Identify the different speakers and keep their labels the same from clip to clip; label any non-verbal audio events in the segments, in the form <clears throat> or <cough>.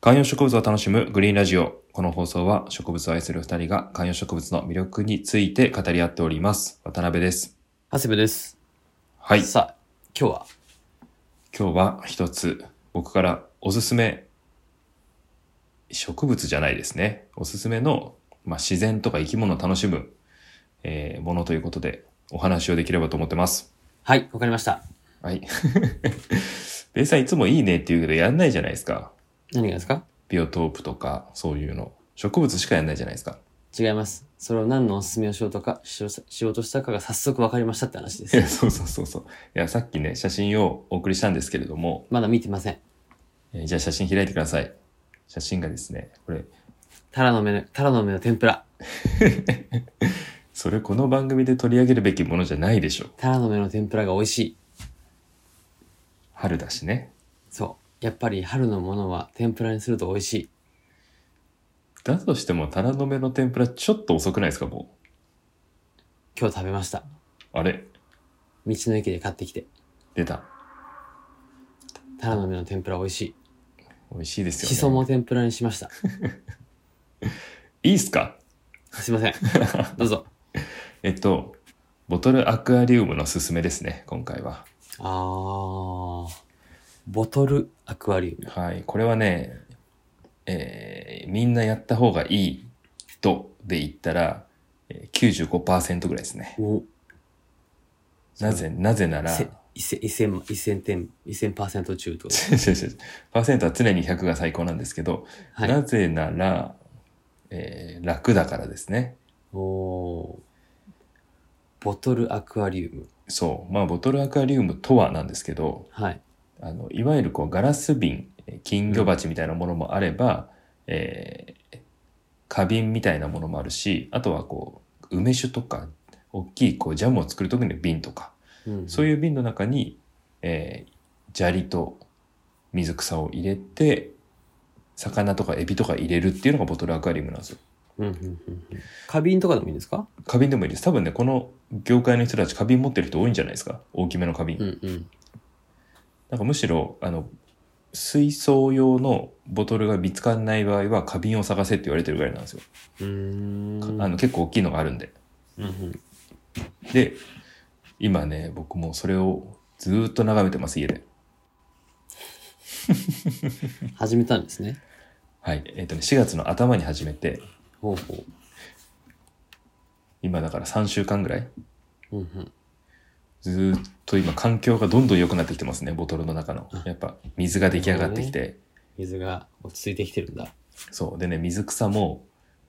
Speaker 1: 観葉植物を楽しむグリーンラジオ。この放送は植物を愛する二人が観葉植物の魅力について語り合っております。渡辺です。
Speaker 2: 長谷部です。
Speaker 1: はい。
Speaker 2: さあ、今日は、
Speaker 1: 今日は一つ僕からおすすめ植物じゃないですねおすすめの、まあ、自然とか生き物を楽しむ、えーものということでお話をできればと思ってます
Speaker 2: はい、わかりました。
Speaker 1: はい <laughs> ベイさんいつもいいねって言うけどやんないじゃないですか
Speaker 2: 何がですか
Speaker 1: ビオトープとかそういうの植物しかやんないじゃないですか
Speaker 2: 違います。それを何のおすすめをしようとか、しようしようとしたかが早速わかりましたって話で
Speaker 1: い
Speaker 2: す。 <laughs>
Speaker 1: やそうそうそうそういやさっきね写真をお送りしたんですけれども、
Speaker 2: まだ見てません。
Speaker 1: えーじゃあ写真開いてください写真がですねこれ
Speaker 2: タラの芽の、タラの芽の天ぷら。
Speaker 1: それこの番組で取り上げるべきものじゃないでしょう
Speaker 2: タラの芽の天ぷらが美味しい。
Speaker 1: 春だしね
Speaker 2: そう。やっぱり春のものは天ぷらにすると美味しい。
Speaker 1: だとしてもタラの芽の天ぷらちょっと遅くないですかも
Speaker 2: 今日食べました。
Speaker 1: うあれ
Speaker 2: 道の駅で買ってきて。
Speaker 1: 出た
Speaker 2: タラの芽の天ぷら美味しい。
Speaker 1: 美味しいですよね
Speaker 2: しそも天ぷらにしました。
Speaker 1: いいっすか
Speaker 2: す
Speaker 1: <laughs>
Speaker 2: いません。どうぞ。
Speaker 1: えっとボトルアクアリウムのすすめですね今回は
Speaker 2: あー。ボトルアクアリウム。
Speaker 1: はいこれはねえーみんなやった方がいいとで言ったらえー95%ぐらいですね
Speaker 2: お
Speaker 1: なぜなぜなら
Speaker 2: せ1000 1000 1000点1000%中ってこと
Speaker 1: 違う違う違うパーセントは常に100が最高なんですけど、
Speaker 2: はい
Speaker 1: なぜなら、えー楽だからですね
Speaker 2: おおーボトルアクアリウム
Speaker 1: そうまあボトルアクアリウムとはなんですけど
Speaker 2: はい
Speaker 1: あのいわゆるこうガラス瓶えー金魚鉢みたいなものもあれば、えー花瓶みたいなものもあるしあとはこう梅酒とか大きいこうジャムを作る時の瓶とか、そう
Speaker 2: い
Speaker 1: いう瓶の中に、えー砂利と水草を入れて魚とかエビとか入れるっていうのがボトルアクアリウムなんですよ。
Speaker 2: うんうんうんうん花瓶とかでもいいんですか
Speaker 1: 花瓶でもいいです多分ねこの業界の人たち花瓶持ってる人多いんじゃないですか大きめの花瓶。
Speaker 2: うんうん
Speaker 1: なんかむしろあの水槽用のボトルが見つかんない場合は花瓶を探せって言われてるぐらいなんですよ、
Speaker 2: うーん
Speaker 1: あの結構大きいのがあるんで
Speaker 2: うんうん
Speaker 1: で今ね僕もうそれをずーっと眺めてます家で
Speaker 2: 始めたんですね
Speaker 1: はいえっ、とね4月の頭に始めて
Speaker 2: ほうほ、
Speaker 1: 今だから3週間ぐらいう
Speaker 2: うんうん、
Speaker 1: ずーっと今環境がどんどん良くなってきてますねボトルの中のやっぱ水が出来上がってきて、
Speaker 2: 水が落ち着いてきてるんだ
Speaker 1: そうでね水草も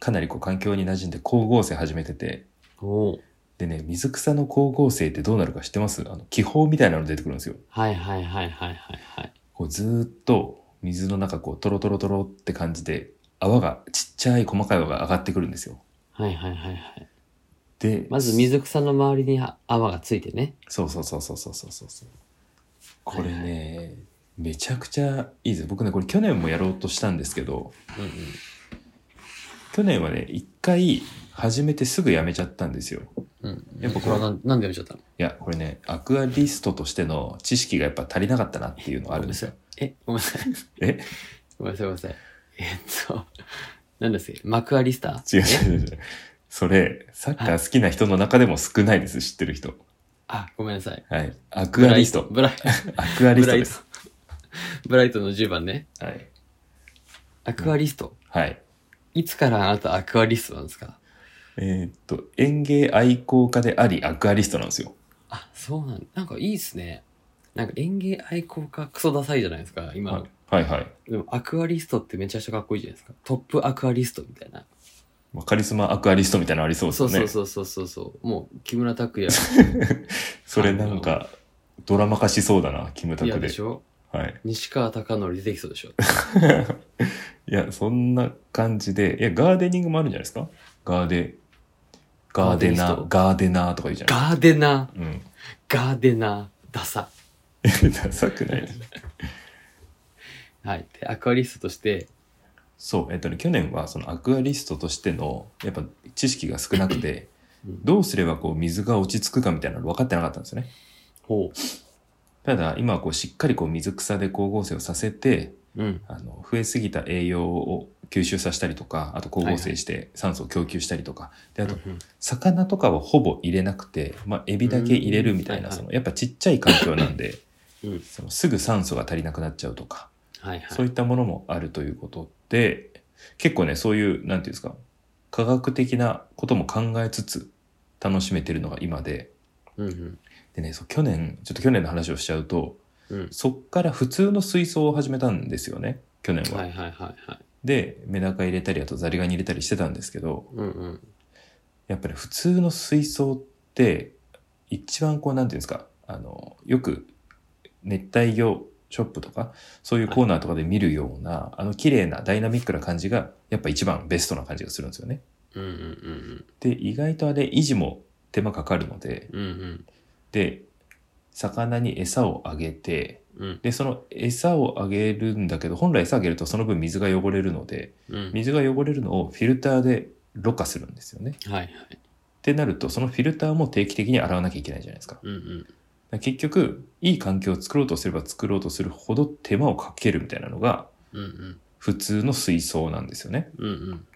Speaker 1: かなりこう環境に馴染んで光合成始めてて
Speaker 2: おお
Speaker 1: でね、水草の光合成ってどうなるか知ってますあの気泡みたいなの出てくるんですよ。
Speaker 2: はいはいはいはいはいはい
Speaker 1: こうずーっと水の中こうトロトロトロって感じで泡がちっちゃい細かい泡が上がってくるんですよ。
Speaker 2: はいはいはいはい
Speaker 1: で、
Speaker 2: まず水草の周りにあ泡がついてね
Speaker 1: そうそうそうそうそうそうそうそう。これ
Speaker 2: はい
Speaker 1: ね、めちゃくちゃいいです。僕ね、これ去年もやろうとしたんですけど、
Speaker 2: うんうん
Speaker 1: 去年はね、一回始めてすぐやめちゃったんですよ。い
Speaker 2: うん
Speaker 1: やっぱこ
Speaker 2: こ
Speaker 1: れ
Speaker 2: れはなんなんでやめちゃったの
Speaker 1: や、これね、アクアリストとしての知識がやっぱ足りなかったなっていうのがあるんですよ。
Speaker 2: えごめんなさい
Speaker 1: え
Speaker 2: ごめんなさい、ごめんなさい。えっと、何ですかマクアリスタ
Speaker 1: 違う違う違う違う。それ、サッカー好きな人の中でも少ないです、知ってる人。
Speaker 2: あ、ごめんなさい。
Speaker 1: はい。アクアリスト。
Speaker 2: ブライ
Speaker 1: アクア
Speaker 2: ト。
Speaker 1: リ
Speaker 2: ブ
Speaker 1: ス
Speaker 2: ラ
Speaker 1: ト
Speaker 2: イ
Speaker 1: で
Speaker 2: ト
Speaker 1: す。。
Speaker 2: ブライトの10番ね。
Speaker 1: はい。
Speaker 2: アクアリスト。
Speaker 1: はい。
Speaker 2: いつからあなたアクアリストなんですか
Speaker 1: えーっと、園芸愛好家であり、アクアリストなんですよ。
Speaker 2: あ、そうなんなんかいいっすね。なんか園芸愛好家クソダサいじゃないですか、今の。
Speaker 1: はい、はいはい。
Speaker 2: でもアクアリストってめちゃくちゃかっこいいじゃないですか。トップアクアリストみたいな。
Speaker 1: まあカリスマアクアリストみたいなのありそうです
Speaker 2: そ
Speaker 1: よ
Speaker 2: う
Speaker 1: ね。
Speaker 2: そうそうそうそうそう。もう木村
Speaker 1: <laughs>
Speaker 2: 拓哉
Speaker 1: それなんか、ドラマ化しそうだな、キムタ
Speaker 2: 嫌
Speaker 1: ク
Speaker 2: で
Speaker 1: で。
Speaker 2: しょ
Speaker 1: はい。
Speaker 2: 西川貴教出てきそうでしょ。
Speaker 1: いや、そんな感じで、いや、ガーデニングもあるんじゃないですかガーデ、ガーデナー、ガーデナーとか言うじゃない
Speaker 2: ガーデナ
Speaker 1: うん。
Speaker 2: ー、ガーデナー、ダサ。
Speaker 1: <laughs> ダサくない
Speaker 2: はい。で、アクアリストとして、
Speaker 1: そう、えっとね、去年はそのアクアリストとしてのやっぱ知識が少なくて、
Speaker 2: うん
Speaker 1: どうすればこう水が落ち着くかみたいなの分かってなかったんですよね。
Speaker 2: ほ
Speaker 1: ただ今はこうしっかりこう水草で光合成をさせて
Speaker 2: う。うん。
Speaker 1: あの増えすぎた栄養を吸収させたりとか、あと光合成して酸素を供給したりとか、で、あと
Speaker 2: うんうん
Speaker 1: 魚とかはほぼ入れなくて、まあ、エビだけ入れるみたいな、
Speaker 2: うん
Speaker 1: その、やっぱちっちゃい環境なんで、 <laughs>
Speaker 2: うん
Speaker 1: そのすぐ酸素が足りなくなっちゃうとか、
Speaker 2: はいはい。
Speaker 1: そういったものもあるということで、結構ね、そういう、なんていうんですか、科学的なことも考えつつ楽しめてるのが今で、
Speaker 2: うんうん
Speaker 1: でね、そう去年、ちょっと去年の話をしちゃうと、
Speaker 2: うん
Speaker 1: そっから普通の水槽を始めたんですよね、去年は。
Speaker 2: はいはいはいはい。
Speaker 1: で、メダカ入れたり、あとザリガニ入れたりしてたんですけど、
Speaker 2: うんうん。
Speaker 1: やっぱり普通の水槽って、一番こう、なんていうんですか、あの、よく熱帯魚ショップとか、そういうコーナーとかで見るような、あの綺麗なダイナミックな感じが、やっぱ一番ベストな感じがするんですよね。
Speaker 2: うんうんうん
Speaker 1: で、意外とあれ、維持も手間かかるので、
Speaker 2: うん。うん
Speaker 1: で、魚に餌をあげて、
Speaker 2: うん。うん
Speaker 1: でその餌をあげるんだけど本来餌あげるとその分水が汚れるので
Speaker 2: うん。
Speaker 1: 水が汚れるのをフィルターでろ過するんですよね。
Speaker 2: はいはい。
Speaker 1: ってなるとそのフィルターも定期的に洗わなきゃいけないじゃないですか。だか
Speaker 2: うんうん。
Speaker 1: ら結局いい環境を作ろうとすれば作ろうとするほど手間をかけるみたいなのが
Speaker 2: うんうん。
Speaker 1: 普通の水槽なんですよね。
Speaker 2: うんうん。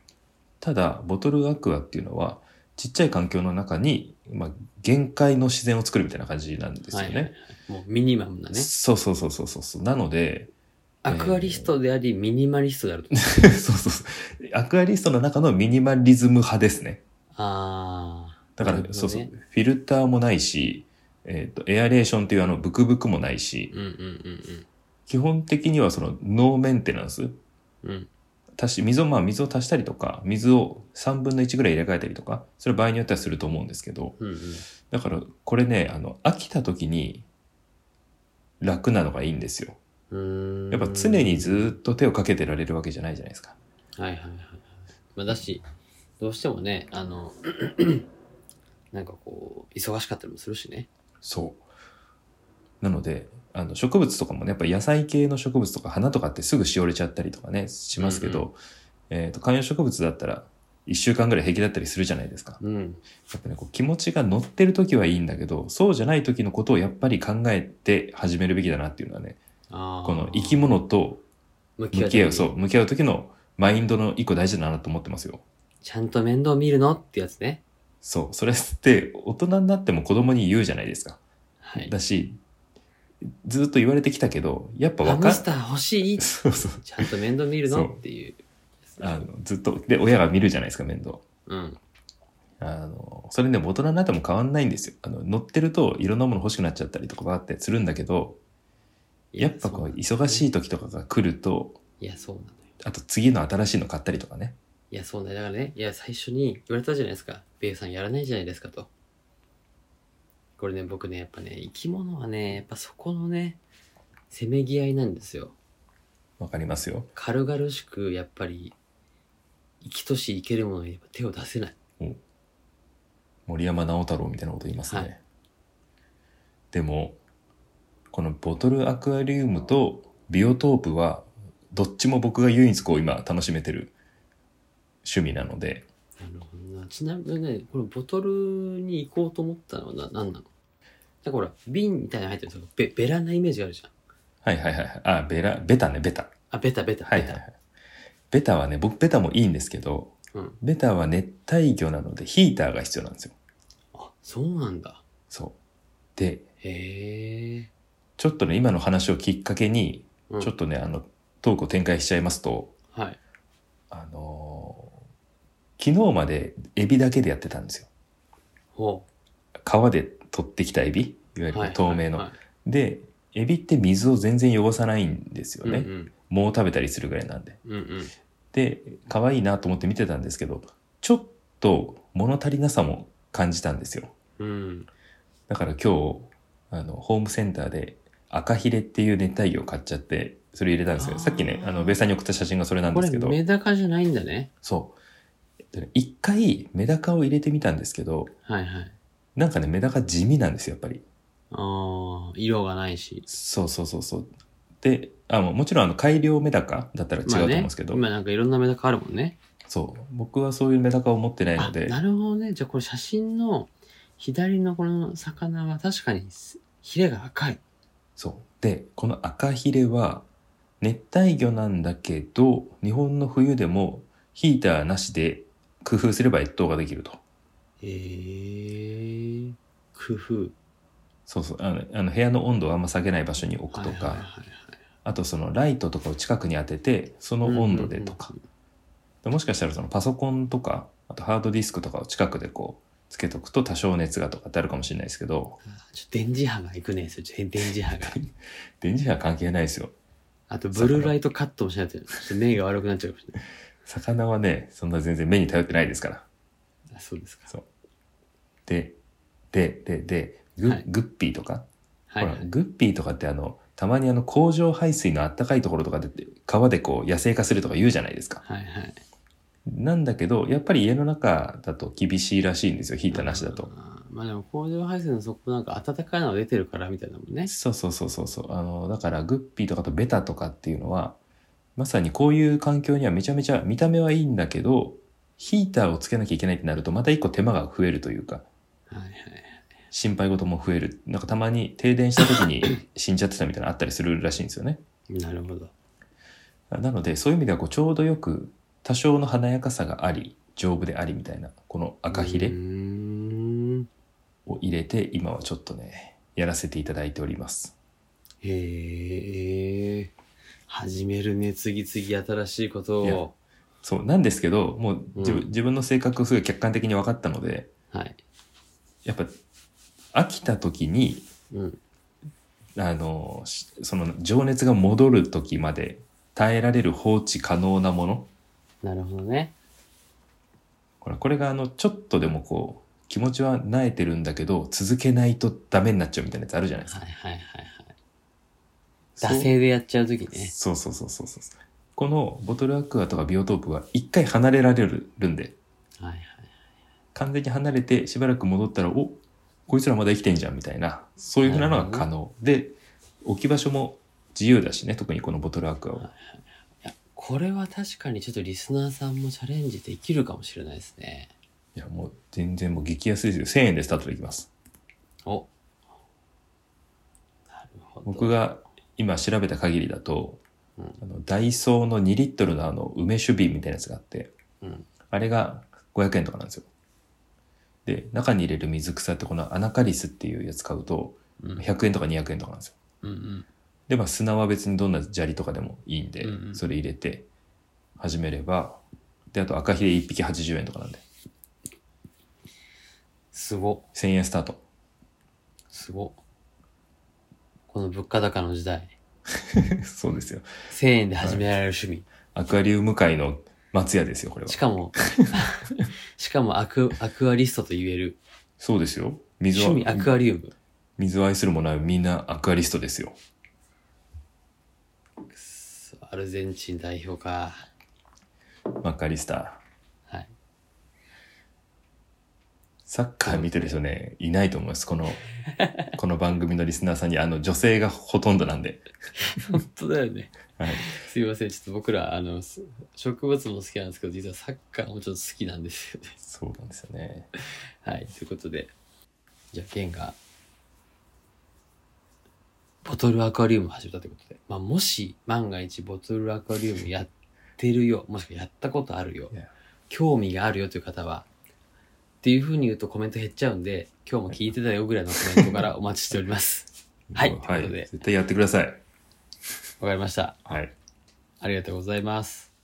Speaker 1: ただボトルアクアっていうのはちっちゃい環境の中に、まあ、限界の自然を作るみたいな感じなんですよね。
Speaker 2: はいはいはいもうミニマムだね。
Speaker 1: そうそうそうそうそうそう。なので、 <laughs>
Speaker 2: アクアリストであり、ミニマリストであると。
Speaker 1: そうそうそう。アクアリストの中のミニマリズム派ですね。
Speaker 2: ああ。
Speaker 1: だから、
Speaker 2: なるほど
Speaker 1: そ
Speaker 2: ね
Speaker 1: うそう。フィルターもないし、えっ、と、エアレーションっていうあの、ブクブクもないし、
Speaker 2: うんうんうん
Speaker 1: 基本的にはその、ノーメンテナンス。
Speaker 2: うん。うん。
Speaker 1: 足し、水を、まあ、水を足したりとか、水を3分の1ぐらい入れ替えたりとか、それ場合によってはすると思うんですけど、
Speaker 2: うんうん。
Speaker 1: だから、これね、あの、飽きた時に、楽なのがいいんですよ。
Speaker 2: うーん
Speaker 1: やっぱ常にずーっと手をかけてられるわけじゃないじゃないですか。
Speaker 2: はいはいはいはい。まあ、だし、どうしてもね、あの、 <clears throat> なんかこう、忙しかったりもするしね。
Speaker 1: そう。なので、あの植物とかもね、やっぱり野菜系の植物とか花とかってすぐしおれちゃったりとかね、しますけど、
Speaker 2: う
Speaker 1: えっ、と、観葉植物だったら1週間ぐらい平気だったりするじゃないですか。
Speaker 2: うん。
Speaker 1: やっぱね、こう気持ちが乗ってる時はいいんだけど、そうじゃない時のことをやっぱり考えて始めるべきだなっていうのはね、
Speaker 2: あー
Speaker 1: この生き物と
Speaker 2: 向
Speaker 1: 向き合
Speaker 2: た
Speaker 1: う、
Speaker 2: り
Speaker 1: そう、向き合う時のマインドの一個大事だなと思ってますよ。
Speaker 2: ちゃんと面倒見るのってやつね。
Speaker 1: そう、それって大人になっても子供に言うじゃないですか。
Speaker 2: はい。
Speaker 1: だし、ずっと言われてきたけど、やっぱ
Speaker 2: ハ
Speaker 1: わか
Speaker 2: ム
Speaker 1: ん
Speaker 2: スター欲しい
Speaker 1: そうそう。
Speaker 2: ちゃんと面倒見る
Speaker 1: そ
Speaker 2: の
Speaker 1: う
Speaker 2: っていうやつね。
Speaker 1: あの、ずっと、で、親が見るじゃないですか、面倒。
Speaker 2: うん。
Speaker 1: あの、それね、大人になっても変わんないんですよ。あの、乗ってるといろんなもの欲しくなっちゃったりとかあってするんだけど、
Speaker 2: いや
Speaker 1: やっぱこう、
Speaker 2: そう
Speaker 1: 忙しい時とかが来ると、
Speaker 2: いや、そうなのよ。
Speaker 1: あと次の新しいの買ったりとかね。
Speaker 2: いや、そうだよ。だからね、いや、最初に言われたじゃないですか。ベイさんやらないじゃないですかと。これね、僕ね、やっぱね、生き物はね、やっぱそこのね、せめぎ合いなんですよ。
Speaker 1: わかりますよ。
Speaker 2: 軽々しく、やっぱり、生きとし生けるものにやっぱ手を出せない。
Speaker 1: 森山直太朗みたいなこと言いますね。
Speaker 2: はい
Speaker 1: でも、このボトルアクアリウムとビオトープは、どっちも僕が唯一こう今楽しめてる趣味なので、
Speaker 2: なるほどな。ちなみにね、このボトルに行こうと思ったのはな、なんなのだからほら、瓶みたいなの入ってるんですよ。ベベラなイメージがあるじゃ
Speaker 1: は
Speaker 2: ん。
Speaker 1: いはいはいはい。あ、ベラ、ベタね、ベタ。
Speaker 2: あ、ベタベタ。
Speaker 1: はいはい
Speaker 2: ベ
Speaker 1: は
Speaker 2: タ
Speaker 1: い。ベタはね、僕ベタもいいんですけど、
Speaker 2: うん。
Speaker 1: ベタは熱帯魚なのでヒーターが必要なんですよ。
Speaker 2: あ、そうなんだ。
Speaker 1: そう。で、
Speaker 2: へえ。
Speaker 1: ちょっとね、今の話をきっかけに、
Speaker 2: うん
Speaker 1: ちょっとね、あの、トークを展開しちゃいますと、
Speaker 2: はい。
Speaker 1: あのー昨日までエビだけでやってたんですよ。
Speaker 2: ほう。
Speaker 1: 川で取ってきたエビ、いわゆる透明の。
Speaker 2: はい
Speaker 1: で、エビって水を全然汚さないんですよ
Speaker 2: はいはい
Speaker 1: ね。
Speaker 2: うんうん
Speaker 1: もう食べたりするぐらいなんで。
Speaker 2: うんうん。
Speaker 1: で可愛いなと思って見てたんですけどちょっと物足りなさも感じたんですよ
Speaker 2: うん。
Speaker 1: だから今日あのホームセンターで赤ヒレっていう熱帯魚を買っちゃってそれ入れたんですよ
Speaker 2: あー
Speaker 1: さっきねあのベイさんに送った写真がそれなん
Speaker 2: こ
Speaker 1: です
Speaker 2: れ
Speaker 1: けど
Speaker 2: メダカじゃないんだね。
Speaker 1: そうえっとね一回メダカを入れてみたんですけど
Speaker 2: はいはい。
Speaker 1: なんかねメダカ地味なんですよやっぱり
Speaker 2: ああ、色がないし。
Speaker 1: そうそうそうそうであもうもちろんあの改良メダカだったら違うと
Speaker 2: まあ
Speaker 1: 思うん
Speaker 2: ね
Speaker 1: ですけど、
Speaker 2: 今なんかいろんなメダカあるもんね。
Speaker 1: そう僕はそういうメダカを持ってない
Speaker 2: あ
Speaker 1: の、で
Speaker 2: なるほどね。じゃあこれ写真の左のこの魚は確かにすヒレが赤い。
Speaker 1: そう。で、この赤ヒレは、熱帯魚なんだけど日本の冬でもヒーターなしで工夫すれば越冬ができると
Speaker 2: えー、工夫
Speaker 1: そうそうあのあの部屋の温度をあんま下げない場所に置くとか、
Speaker 2: はいはいはいはい
Speaker 1: あとそのライトとかを近くに当ててその温度でとか、
Speaker 2: うんうん
Speaker 1: もしかしたらそのパソコンとかあとハードディスクとかを近くでこうつけとくと多少熱がとかってあるかもしれないですけど
Speaker 2: うんあちょっと電磁波がいくねそれちょ電磁
Speaker 1: <laughs>
Speaker 2: 波が
Speaker 1: 電磁波は関係ないですよ
Speaker 2: あとブルーライトカットもしないとちょっと目が悪くなっちゃうかもしれない
Speaker 1: 魚はねそんな全然目に頼ってないですから
Speaker 2: あそうですか
Speaker 1: ででででグ,、
Speaker 2: はい
Speaker 1: グッピーとか、
Speaker 2: はい、は
Speaker 1: ほら
Speaker 2: い、
Speaker 1: グッピーとかってあのたまにあの工場排水のあったかいところとかで川でこう野生化するとか言うじゃないですか
Speaker 2: はいはい
Speaker 1: なんだけどやっぱり家の中だと厳しいらしいんですよヒーターなしだと
Speaker 2: あーまあでも工場配線の底なんか暖かいのが出てるからみたいなもんね
Speaker 1: そうそうそうそうそうあのだからグッピーとかとベタとかっていうのはまさにこういう環境にはめちゃめちゃ見た目はいいんだけどヒーターをつけなきゃいけないってなるとまた一個手間が増えるというか
Speaker 2: はいはい
Speaker 1: 心配事も増えるなんかたまに停電した時に <coughs> 死んじゃってたみたいなのあったりするらしいんですよね
Speaker 2: なるほど
Speaker 1: なのでそういう意味ではこうちょうどよく多少の華やかさがあり丈夫でありみたいなこの赤ひ
Speaker 2: うー
Speaker 1: れ
Speaker 2: ん
Speaker 1: を入れて今はちょっとねやらせていただいております
Speaker 2: へえ始めるね次々新しいこと
Speaker 1: いや
Speaker 2: を
Speaker 1: そうなんですけどもう自分,、
Speaker 2: うん
Speaker 1: 自分の性格をすごい客観的に分かったので
Speaker 2: はい
Speaker 1: やっぱ飽きた時に
Speaker 2: うん
Speaker 1: あのしその情熱が戻る時まで耐えられる放置可能なもの
Speaker 2: なるほどね
Speaker 1: ほらこれがあのちょっとでもこう気持ちは慣れてるんだけど続けないとダメになっちゃうみたいなやつあるじゃないです
Speaker 2: は
Speaker 1: か。
Speaker 2: いはいはいはい
Speaker 1: そう
Speaker 2: 惰性でやっちゃう時ね
Speaker 1: そうそうそうそうそうそう。このボトルアクアとかビオトープは一回離れられるんで、
Speaker 2: はいはい
Speaker 1: 完全に離れてしばらく戻ったら、おこいつらまだ生きてんじゃんみたいな、そういうふうなのが可能。で、置き場所も自由だしね、特にこのボトルアクアは。
Speaker 2: いやこれは確かにちょっとリスナーさんもチャレンジできるかもしれないですね
Speaker 1: いや、もう全然もう激安ですよ。1000円でスタートできます。
Speaker 2: おなるほど
Speaker 1: 僕が今調べた限りだと、
Speaker 2: うん
Speaker 1: あのダイソーの2リットルのあの梅酒瓶みたいなやつがあって、
Speaker 2: うん
Speaker 1: あれが500円とかなんですよ。で、中に入れる水草ってこのアナカリスっていうやつ買うと、
Speaker 2: うん
Speaker 1: 100円とか200円とかなんですよ。
Speaker 2: うんうん
Speaker 1: で、まあ砂は別にどんな砂利とかでもいいんで、
Speaker 2: うんうん
Speaker 1: それ入れて始めれば、で、あと赤ひれ1匹80円とかなんで、
Speaker 2: すご
Speaker 1: 1000円スター
Speaker 2: <laughs>
Speaker 1: ト。
Speaker 2: すごこの物価高の時代
Speaker 1: そうですよ。
Speaker 2: 1000円で始められる趣味、
Speaker 1: アクアリウム界の松屋ですよ、これは
Speaker 2: し。か <laughs> もしかもアクアクアリストと言える
Speaker 1: そうですよ。水
Speaker 2: 趣味アク
Speaker 1: を、
Speaker 2: アリウム
Speaker 1: 水を愛する者はみんなアクアリストですよ。
Speaker 2: くっそアルゼンチン代表か
Speaker 1: マッカリスター。
Speaker 2: はい
Speaker 1: サッカー見てる人ね、いないと思います。こ
Speaker 2: <laughs>
Speaker 1: の、この番組のリスナーさんに、あの、女性がほとんどなんで。
Speaker 2: 本当だよね
Speaker 1: はい。
Speaker 2: すいませんちょっと僕らあのす植物も好きなんですけど実はサッカーもちょっと好きなんですよね <laughs>
Speaker 1: そうなんですよね。
Speaker 2: はいということでじゃあケンがボトルアクアリウムを始めたということで、まあ、もし万が一ボトルアクアリウムやってるよもしくはやったことあるよ
Speaker 1: いや
Speaker 2: 興味があるよという方はっていうふうに言うとコメント減っちゃうんで今日も聞いてたよぐらいのコメントからお待ちしておりますはい
Speaker 1: もう
Speaker 2: ということで
Speaker 1: 絶対やってください。
Speaker 2: わかりました
Speaker 1: はい。
Speaker 2: ありがとうございます